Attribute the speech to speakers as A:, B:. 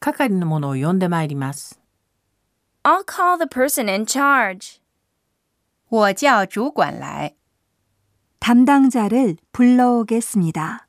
A: 係の者を呼んでまいります。
B: I'll call the person in charge.
C: 我叫主管来。
D: 담당자를 불러오겠습니다.